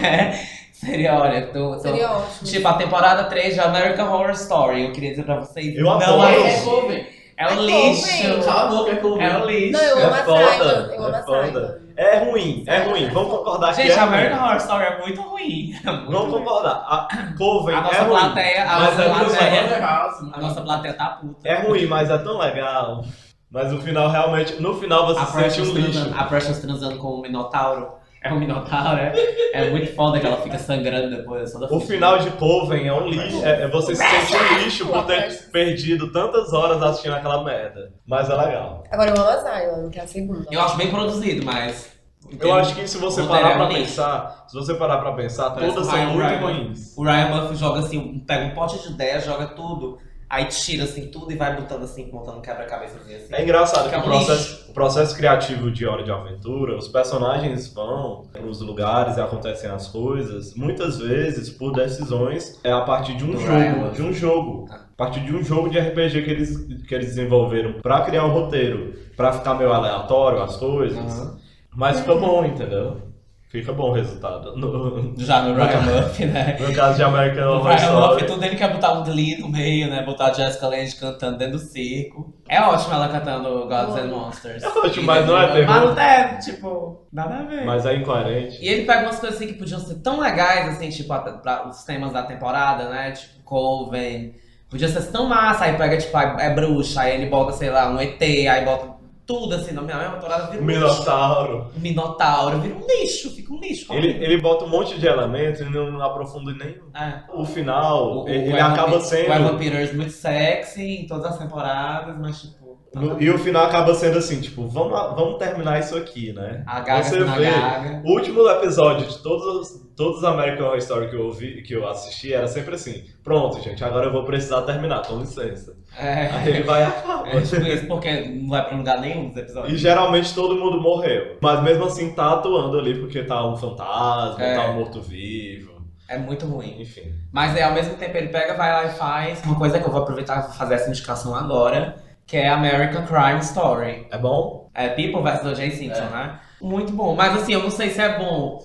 Né? Seria, olha, tu, tu-
Seria ótimo.
tipo a temporada 3 de American Horror Story. Eu queria dizer pra vocês,
Eu
não
adoro.
É
é,
cover.
é um
É
lixo.
cover.
Cala a boca, é cover.
É um lixo.
Não, eu amo
É
a
foda,
Saiba. Eu amo
é
a
foda.
Saiba.
É ruim, é ruim. Vamos concordar que
Gente,
é
a American
ruim.
Horror Story é muito ruim. É muito
Vamos
ruim.
concordar. A Coven
A
é
nossa
ruim.
plateia, a
mas
nossa
é muito
plateia,
errado.
a nossa plateia tá puta.
É ruim, mas é tão legal. Mas no final, realmente, no final você
A
sente
Precious,
um lixo.
transando, a Precious transando com o Minotauro. É um Minotauro, é? É muito foda que ela fica sangrando depois. toda
O
fudida.
final de Coven é um lixo. É, é você se sente um lixo por ter perdido tantas horas assistindo aquela merda. Mas é legal.
Agora eu amo a Zion, que é a segunda.
Eu acho bem produzido, mas.
Eu acho que se você
O
parar
roteiro é
pra
um lixo.
pensar, se você parar pra pensar,
Parece
todas
um
são
Ryan
muito
Reynolds.
ruins.
O Ryan Buff joga assim, um- pega um pote de 10, joga tudo. Aí tira assim tudo e vai botando assim, montando um quebra-cabeça assim.
É engraçado que
Fica
o
um
processo, o processo criativo de Hora de Aventura, os personagens vão nos lugares e acontecem as coisas, muitas vezes por decisões é a partir de um
Do
jogo,
Ryan.
de um jogo,
Ah.
a partir de um jogo de RPG que eles, que eles desenvolveram pra criar o roteiro, pra ficar meio aleatório as coisas,
Aham. Uhum.
mas fica bom, entendeu? Fica bom o resultado. No,
Já no Ryan Murphy, né?
no caso de American
No
Horror
Ryan Murphy,
Story,
tudo ele quer botar o Glee no meio, né? Botar a Jessica Lange cantando dentro do circo. É ótimo ela cantando Gods and Monsters.
É ótimo, mas não é terror.
Mas não é, tipo, nada a ver.
mas é incoerente.
E ele pega umas coisas assim que podiam ser tão legais, assim, tipo, a- pra- os temas da temporada, né? Tipo, Coven. Podia ser tão massa, aí pega, tipo, a- é bruxa, aí ele bota, sei lá, um ET, aí bota tudo assim na minha mesma temporada, vira um lixo.
Minotauro.
Minotauro, vira um lixo, fica um lixo.
Ele, ele bota um monte de elementos e não aprofunda nenhum.
É.
O final,
O-
ele
o
ele
Evan
acaba
Pe- O Evan
sendo.
Peters é muito sexy em todas as temporadas, mas tipo.
no- e o final acaba sendo assim, tipo, vamos, lá- vamos terminar isso aqui, né?
A Gaga
Você
na
vê.
Gaga.
O último episódio de todos, os- todos os American Horror Story que eu ouvi, que eu assisti, era sempre assim, pronto, gente, agora eu vou precisar terminar, com licença. Aí ele
É.
vai acabar.
É tipo isso, porque não vai pra lugar nenhum dos episódios.
E geralmente todo mundo morreu. Mas mesmo assim tá atuando ali porque tá um fantasma,
É.
tá um morto-vivo,
É muito ruim.
enfim.
Mas aí, ao mesmo tempo, ele pega, vai lá e faz uma coisa que eu vou aproveitar e vou fazer essa indicação agora, que é American Crime Story.
É bom?
É People vs. O.J. Simpson,
É.
né? Muito bom. Mas assim, eu não sei se é bom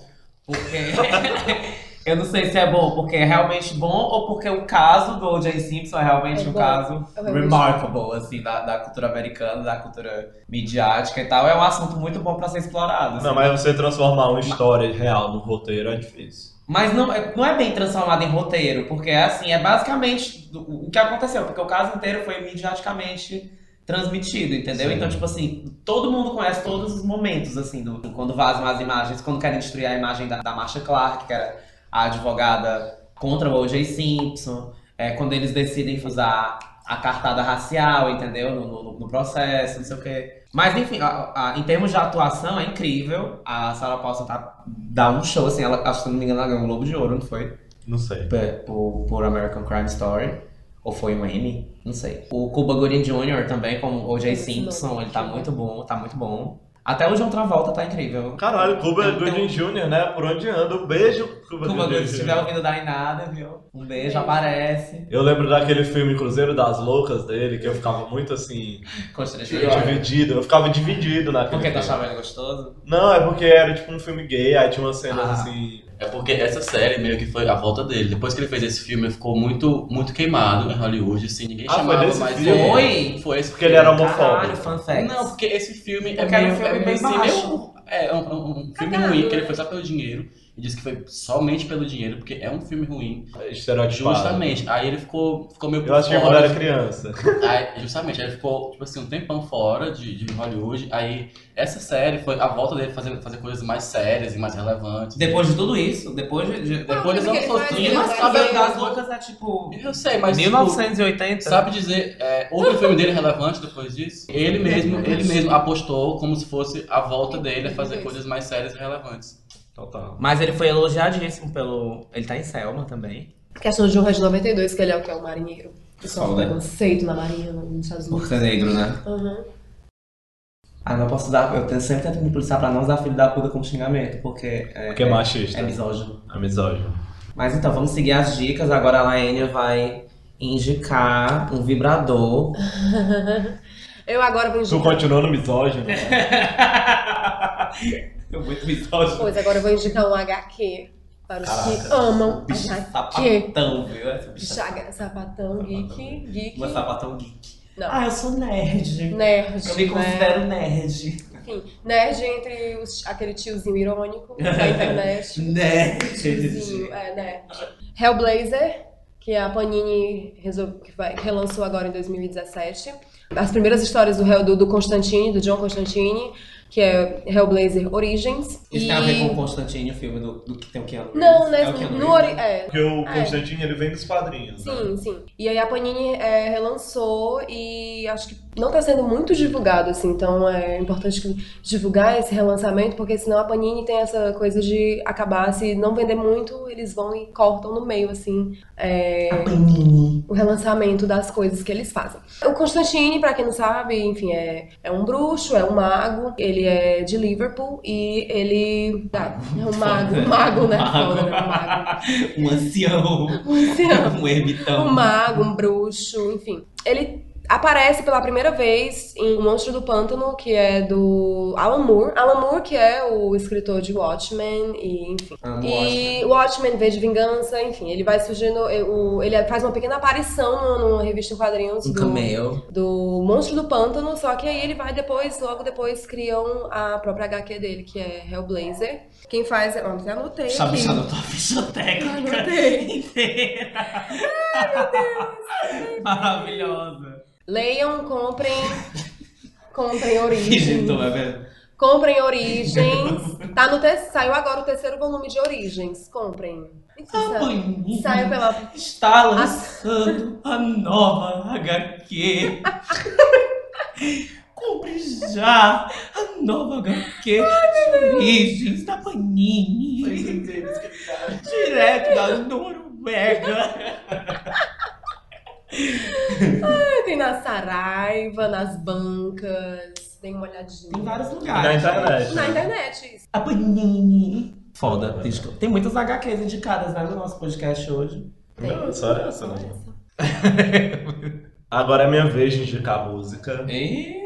porque... eu não sei se é bom porque é realmente bom ou porque o caso do O.J. Simpson é realmente
É
um
bom.
caso
É realmente-
remarkable, assim, da, da cultura americana, da cultura midiática e tal. É um assunto muito bom pra ser explorado. assim.
Não, mas você transformar uma história real num roteiro é difícil.
Mas não, é- não é bem transformado em roteiro, porque assim, é basicamente do- o que aconteceu, porque o caso inteiro foi midiaticamente transmitido, entendeu?
Sim.
Então, tipo assim, todo mundo conhece todos os momentos, assim, do, quando vazam as imagens, quando querem destruir a imagem da, da Marcia Clark, que era a advogada contra o O.J. Simpson, é, quando eles decidem usar a cartada racial, entendeu? No, no- no processo, não sei o quê. Mas enfim, a- a- em termos de atuação, é incrível. A Sarah Paulson tá, dá um show, assim, ela, acho que se não me engano, ela ganhou um Globo de Ouro, não foi?
Não sei.
Pe- Por, por American Crime Story. Ou foi um Emmy? Não sei. O Cuba Gooding Jr. também, como o O.J. Simpson, ele tá muito bom, tá muito bom. Até o John Travolta tá incrível.
Caralho, Cuba é
Tem- um, tem
Gooding Jr., né? Por onde anda? Um beijo, Cuba,
Então- Cuba
Gooding
Gooding, se estiver
Jr.
ouvindo dar em nada, viu? Um beijo, aparece.
Eu lembro daquele filme Cruzeiro das Loucas dele, que eu ficava muito assim,
Constrangedor.
dividido. Eu ficava dividido naquele
Porque tu
filme.
é achava ele gostoso?
Não, é porque era tipo um filme gay, aí tinha umas cenas
Ah.
assim.
É porque essa série meio que foi a volta dele. Depois que ele fez esse filme, ele ficou muito, muito queimado em Hollywood, assim, ninguém
Ah, foi
chamava
desse
mais
filme?
ele. Foi esse
Porque ele era um
filme.
Caralho,
É homofóbico.
fun fact.
Não, porque esse filme é
Porque era um
meio,
filme
é meio
bem
assim,
baixo.
meio- É um, um- um filme
Cagado,
ruim, que ele
né?
foi só pelo dinheiro. E disse que foi somente pelo dinheiro, porque é um filme ruim.
Estereotipado.
Justamente. Aí ele ficou, ficou meio
Tá Eu assisti quando
fora,
era
É.
criança.
Aí, justamente, aí ele ficou, tipo assim, um tempão fora de, de Hollywood. Aí, essa série foi a volta dele fazer, fazer coisas mais sérias e mais relevantes.
Depois de tudo isso, depois de. de
Ah,
Depois
o
eu
filme que
sou
ele faz,
sim,
ele
mas
faz
sabe
bem.
das Lucas é tipo.
Eu sei, mas. tipo,
1980.
Sabe dizer, é, houve um filme dele relevante depois disso? Ele mesmo, ele mesmo apostou como se fosse a volta dele a fazer coisas mais sérias e relevantes.
Total.
Mas ele foi elogiadíssimo pelo. Ele tá em Selma também.
Questão é de honra de 92, que ele é o que é o marinheiro. Que sofre
Sol, né?
preconceito na marinha, nos Estados Unidos.
negro, né?
Aham.
Ah, não posso dar. Eu tenho- sempre tento me policiar pra não usar filho da puta como xingamento, porque. É,
Porque é machista.
É misógino.
É misógino. Mas
Mas então, vamos seguir as dicas. Agora a Laênia vai indicar um vibrador.
Eu agora vou
Tu
indicar.
continua no misógino?
É.
né?
Eu É muito misógino.
Pois agora eu vou indicar um HQ para os que
Caraca.
amam
Bicha
HQ.
é sapatão, viu? Essa bicha
Bicha, sapatão, geek, geek.
né? Uma um sapatão geek.
Não.
Ah, eu sou nerd.
Nerd.
Eu me
né?
considero nerd.
Enfim, nerd entre os- aquele tiozinho irônico da internet.
Nerd.
tiozinho, é, nerd. Hellblazer, que a Panini resol- que vai- relançou agora em 2017. As primeiras histórias do, Hell- do, do Constantine, do John Constantine, que é Hellblazer Origins.
Isso
e...
tem a ver com o Constantine, o filme do, do que tem o Keanu Reeves.
Não, né?
É o Keanu
no
Reeves.
ori... é.
Porque o
É.
Constantine, ele vem dos quadrinhos, né?
Sim, sim. E aí a Panini é, relançou e acho que não tá sendo muito divulgado, assim, então é importante que- divulgar esse relançamento, porque senão a Panini tem essa coisa de acabar, se não vender muito, eles vão e cortam no meio, assim, é,
um
o relançamento das coisas que eles fazem. O Constantine, pra quem não sabe, enfim, é, é um bruxo, é um mago, ele é de Liverpool e ele... Ah, é um mago, um mago, né? Foda, né? Um mago.
um ancião.
Um ancião
Um ermitão.
um mago, um bruxo, enfim. Ele aparece pela primeira vez em O Monstro do Pântano, que é do Alan Moore. Alan Moore, que é o escritor de Watchmen e enfim.
Amo Watchmen.
E Watchmen, V de Vingança, enfim, ele vai surgindo. eh, o- Ele faz uma pequena aparição numa- numa revista em quadrinhos
Um
do,
camel.
do Monstro do Pântano, só que aí ele vai depois, logo depois, criam a própria HQ dele, que é Hellblazer. Quem faz. Ó, até anotei.
Essa
aqui.
bicha não tá fichotécnica
Anotei.
inteira. Maravilhosa.
Leiam, comprem. comprem Origins.
Figitou, é mesmo?
Comprem Origens. Tá no te... Saiu agora o terceiro volume de Origens. Comprem. Isso,
Ah,
A
sa-
Ah, Panini
Saiu pela.
está lançando a nova HQ. Compre já a nova HQ de origens da Panini. Direto da Noruega.
Tem na Saraiva, nas bancas. Tem uma olhadinha.
Em vários lugares.
Na internet.
Na internet. isso.
A Panini. Foda. desculpa. Tem muitas HQs indicadas né, no nosso podcast hoje.
Não, só essa,
Só
né?
essa.
Agora é minha vez de indicar música.
E...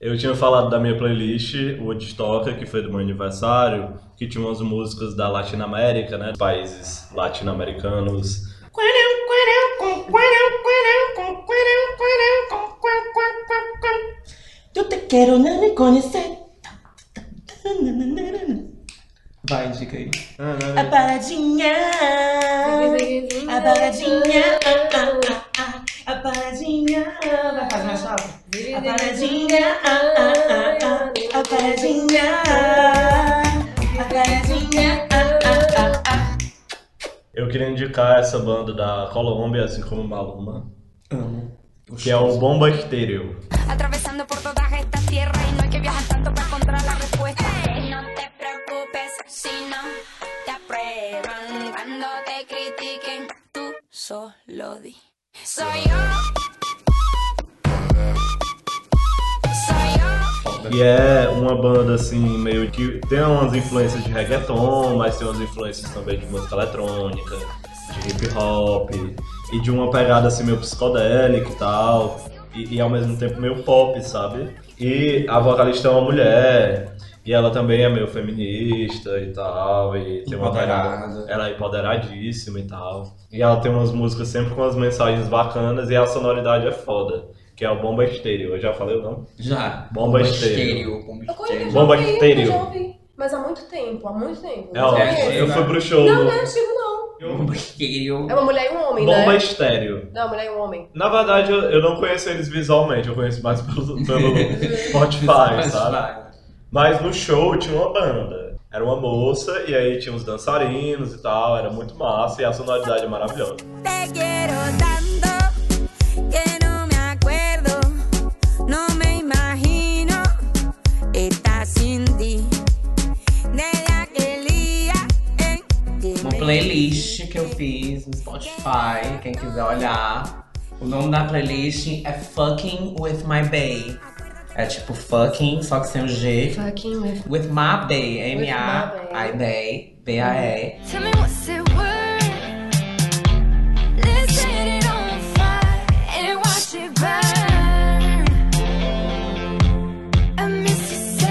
Eu tinha falado da minha playlist, o Woodstock, que foi do meu aniversário, que tinha umas músicas da Latinoamérica, né? Países latino-americanos.
Eu te quero não me conhecer. Vai, indica aí. A paradinha. A paradinha. A paradinha. Vai fazer mais rápido. A paradinha. A paradinha. A paradinha.
Eu queria indicar essa banda da Colômbia, assim como Maluma,
Amo.
que é o Bomba Estéreo.
Atravesando por todas estas tierras y no hay que viajar tanto para encontrar la respuesta. No te preocupes si no te aprueban cuando te critiquen. Tú solo di. Soy yo. Soy yo.
E é uma banda assim, meio que tem umas influências de reggaeton, mas tem umas influências também de música eletrônica, de hip hop, e de uma pegada assim meio psicodélica e tal, e, e ao mesmo tempo meio pop, sabe? E a vocalista é uma mulher, e ela também é meio feminista e tal, e tem uma
Empoderada.
pegada. Ela é empoderadíssima e tal. E ela tem umas músicas sempre com umas mensagens bacanas, e a sonoridade é foda, que é o Bomba Estéreo. Eu já falei o nome?
Já.
Bomba
estéreo. Bomba
Eu conheço, eu
estéreo.
já
Bomba
ouvi,
estéreo.
eu já ouvi. Mas há muito tempo, há muito tempo.
É, ó,
Mas
eu
eu conheço.
fui pro show.
Não, não é antigo, não.
Hum.
Bomba estéreo.
É uma mulher e um homem,
Bomba
né?
Estéreo.
Não, mulher e um homem.
Na verdade, eu, eu não conheço eles visualmente, eu conheço mais pelo, pelo Spotify, sabe? Mas no show tinha uma banda. Era uma moça, e aí tinha uns dançarinos e tal, era muito massa, e a sonoridade é maravilhosa.
Te quiero tanto que no me acuerdo, no me imagino estar sin ti. Desde aquel día en que
Uma
me
playlist que eu fiz no Spotify, quem quiser olhar. O nome da playlist é Fucking With My Bay. É tipo fucking, só que sem o G.
Fucking with
With My Bay,
my
M-A-I-B-A-Y, B-A-E.
Tell me what's it worth? Let's set it on fire and watch it burn. I miss you so.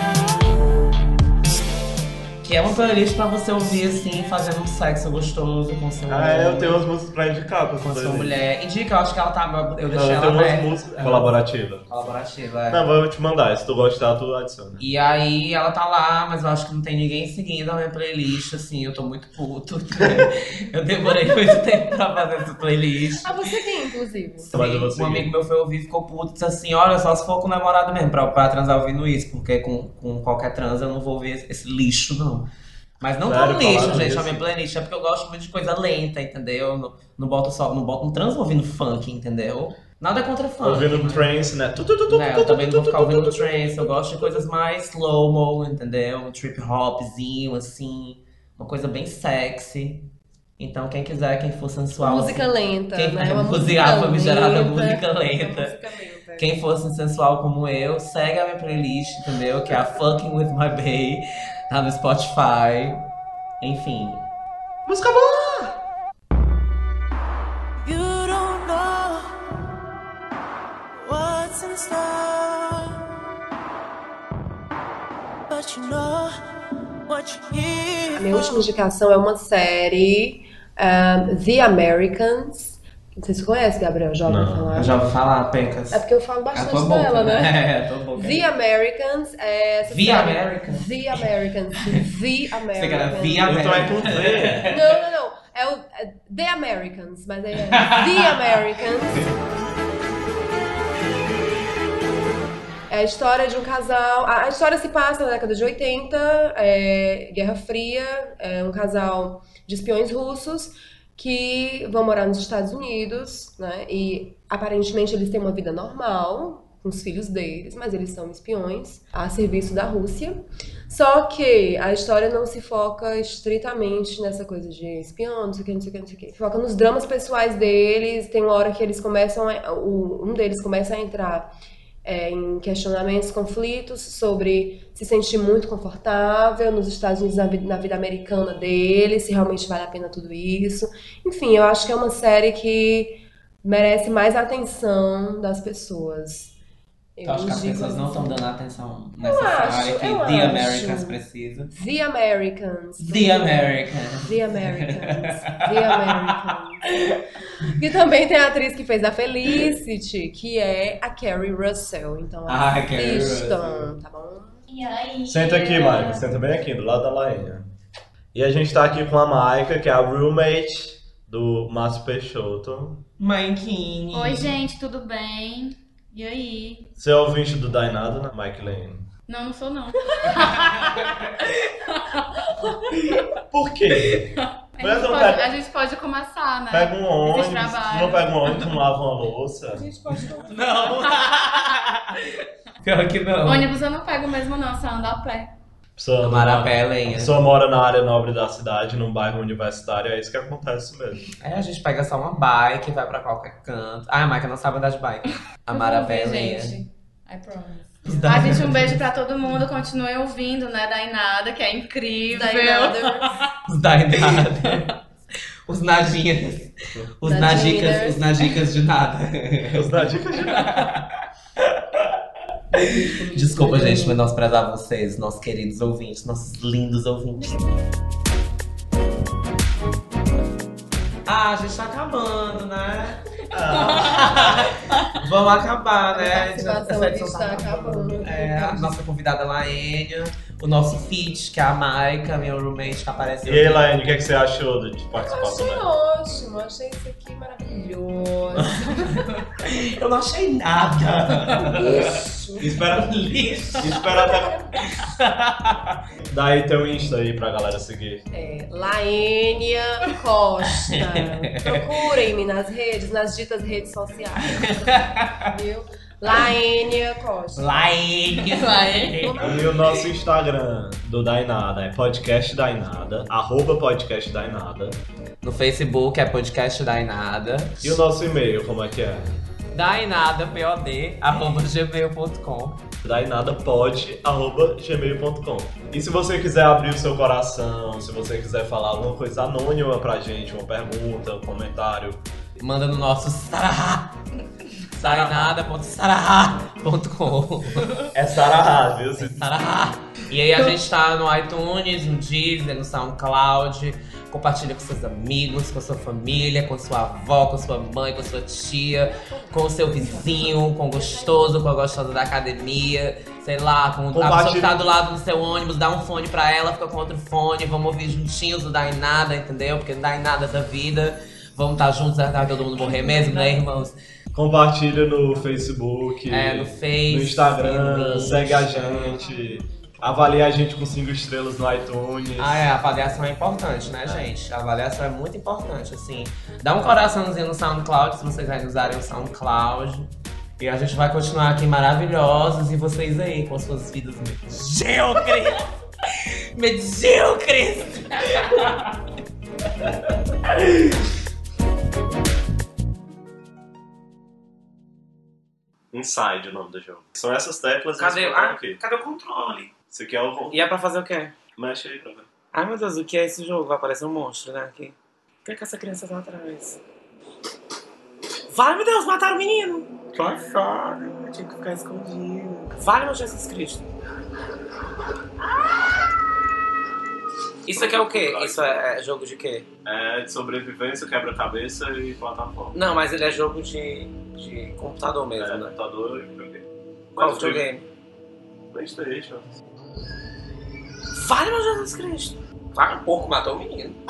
Que é uma playlist pra você ouvir assim, fazendo um sexo gostoso com seu
Ah, é, eu tenho umas músicas pra indicar pra
com
vocês.
sua mulher. Indica, eu acho que ela tá. Eu
Não,
deixei
eu
ela
tenho umas
aberta.
músicas
É.
colaborativas.
Colaborativa, é.
Não, vou te mandar, se tu gostar, tu adiciona.
E aí ela tá lá, mas eu acho que não tem ninguém seguindo a minha playlist, assim, eu tô muito puto. eu demorei muito tempo pra fazer essa playlist.
Ah, você quem? inclusive.
Mas eu vou
um
seguir.
amigo meu foi ouvir e ficou puto. Disse assim: Olha, só se for com o namorado mesmo, pra, pra transar ouvindo isso, porque com, com qualquer trans eu não vou ver esse, esse lixo, não. Mas não
Sério,
tão lixo,
falaram
gente,
isso?
a minha playlist. É porque eu gosto muito de coisa lenta, entendeu? Eu Não, não boto só, não boto um trans ouvindo funk, entendeu? Nada contra funk.
Ouvindo
mas-
trance, né? Tu, tu, tu, tu,
né,
tu,
eu também
tu,
Ah, não vou
tu,
ficar
tu,
ouvindo
tu, tu.
trance, eu gosto de coisas mais slow-mo, entendeu? Um trip hopzinho, assim, uma coisa bem sexy. Então, quem quiser, quem for sensual.
Música
assim,
lenta,
Quem
né?
quer
Uma
cozinhar,
música
famigerada
lenta.
música
Uma
lenta.
música lenta.
Quem for assim, sensual como eu, segue a minha playlist, entendeu? Que é a Fucking With My Bae, tá no Spotify. Enfim.
Música boa!
You don't know what's in store, but you know what you
A
hear.
minha última indicação é uma série, ah, The Americans. Não sei se você conhece, Gabriel, já ouviu
Não,
falar?
Eu já tá ouvi falar, Pecas.
É porque eu falo
a
bastante
tua boca,
dela, né?
É, a tua boca.
The Americans é... essa
The
série-
Americans?
The Americans. The Americans.
Você que era Via
Então é com
América.
V.
Não, não, não. É o é The Americans, mas é The Americans. É a história de um casal. A, a história se passa na década de 80, é, Guerra Fria, é um casal de espiões russos que vão morar nos Estados Unidos, né? E aparentemente eles têm uma vida normal com os filhos deles, mas eles são espiões a serviço da Rússia. Só que a história não se foca estritamente nessa coisa de espião, não sei o que, não sei o que, não sei o que. Foca nos dramas pessoais deles. Tem uma hora que eles começam, a, o- um deles começa a entrar é, em questionamentos, conflitos sobre se sentir muito confortável nos Estados Unidos, na vida, na vida americana dele, se realmente vale a pena tudo isso. Enfim, eu acho que é uma série que merece mais atenção das pessoas.
Eu acho que as
indico
pessoas
essa
não estão dando a atenção
acho,
necessária que
eu
The
acho.
Americans precisa.
The Americans.
The Americans.
The Americans. The Americans. E também tem a atriz que fez a Felicity, que é a Carrie Russell. Então
Ah, a Kerry
assistam, tá bom?
Senta aqui, Maica. Senta bem aqui, do lado da Lainha. E a gente tá aqui com a Maica, que é a roommate do Márcio Peixoto.
Manquinho.
Oi, gente, tudo bem? E aí?
Você é ouvinte do Dainado, né, Mike Lane?
Não, não sou não.
Por quê?
A
Mas
gente,
não
pode,
pega-
a gente pode começar, né?
Pega um ônibus,
Vocês
tu
trabalham.
não pega um ônibus, não lava uma louça.
Não. Pior que não.
Ônibus eu não pego mesmo não, só ando a pé.
Pessoa
Amarapé,
A
lenha.
pessoa mora na área nobre da cidade, num bairro universitário, é isso que acontece mesmo.
Aí a gente pega só uma bike, vai pra qualquer canto. Ah, a Maica não sabe andar de bike. Amarapé,
Eu vou ouvir,
lenha.
gente. I promise.
Os
Ah,
da-
gente, um beijo pra todo mundo. Continuem ouvindo, né? Da Inada, que é incrível.
Daí nada.
Os da idade. Os nadinhas. Os nadicas.
Nadinhas.
Os nadicas de nada.
Eu dou dica de
Desculpa, gente, por menosprezar vocês, nossos queridos ouvintes, nossos lindos ouvintes. Ah, a gente tá acabando, né? Vamos acabar,
A
né?
participação
Essa edição
está
tá
acabando.
É, a nossa convidada Laênia, o nosso feat, que é a Maika, minha roommate, que
E
apareceu.
aí,
aqui.
Laine, o que, é que você achou de de participação
Achei
dela?
ótimo, achei isso aqui maravilhoso.
Eu não achei nada.
Isso.
Espera,
Lixo.
espera até. Daí teu Insta aí pra galera seguir.
É, Laênia Costa. Procurem-me nas redes, nas ditas redes sociais. Viu? Laênia Costa.
Laênia.
Laênia.
E o nosso Instagram do Dainada é podcast Dainada, arroba podcast Dainada.
No Facebook é podcast Dainada.
E o nosso e-mail, como é que é?
Dainada, pod, arroba gmail.com.
dainadapod.gmail.com E se você quiser abrir o seu coração, se você quiser falar alguma coisa anônima pra gente, uma pergunta, um comentário,
Manda no nosso sarará. Dainada.sarará.com.
é sarará, viu? Se-
Sarará. E aí a
Então-
gente tá no iTunes, no Deezer, no SoundCloud. Compartilha com seus amigos, com a sua família, com sua avó, com sua mãe, com sua tia, com o seu vizinho, com o gostoso, com a gostosa da academia, sei lá, com a pessoa que
Compartilha.
tá do lado do seu ônibus, dá um fone pra ela, fica com outro fone, vamos ouvir juntinhos, não dá em nada, entendeu? Porque não dá em nada da vida. Vamos estar juntos até todo mundo morrer mesmo, né, irmãos?
Compartilha no Facebook,
É, no Face,
no Instagram,
no
segue a
Insta.
gente, avalia a gente com cinco estrelas no iTunes.
Ah, é, a avaliação é importante, né, gente? A avaliação é muito importante, assim. Dá um coraçãozinho no SoundCloud, se vocês ainda usarem o SoundCloud. E a gente vai continuar aqui maravilhosos. E vocês aí, com as suas vidas medíocres! medíocres!
Inside o nome do jogo. São essas teclas
Cadê?
esse botão
Ah,
aqui.
cadê o controle?
Isso aqui é o...
E é pra fazer o quê?
Mexe aí pra ver.
Ai, meu Deus, o que é esse jogo? Vai aparecer um monstro, né, aqui. O que é que essa criança tá atrás? Vai, meu Deus, mataram o menino! Passado, eu tinha que ficar escondido. Vale, meu Jesus Cristo. Isso aqui é o quê? Isso é é jogo de quê?
É de sobrevivência, quebra-cabeça e plataforma.
Não, mas ele é jogo de, de computador mesmo,
É,
né?
computador e videogame.
Qual
Mas
videogame?
Playstation.
Vale, meu Jesus Cristo! Vai, um porco matou o menino.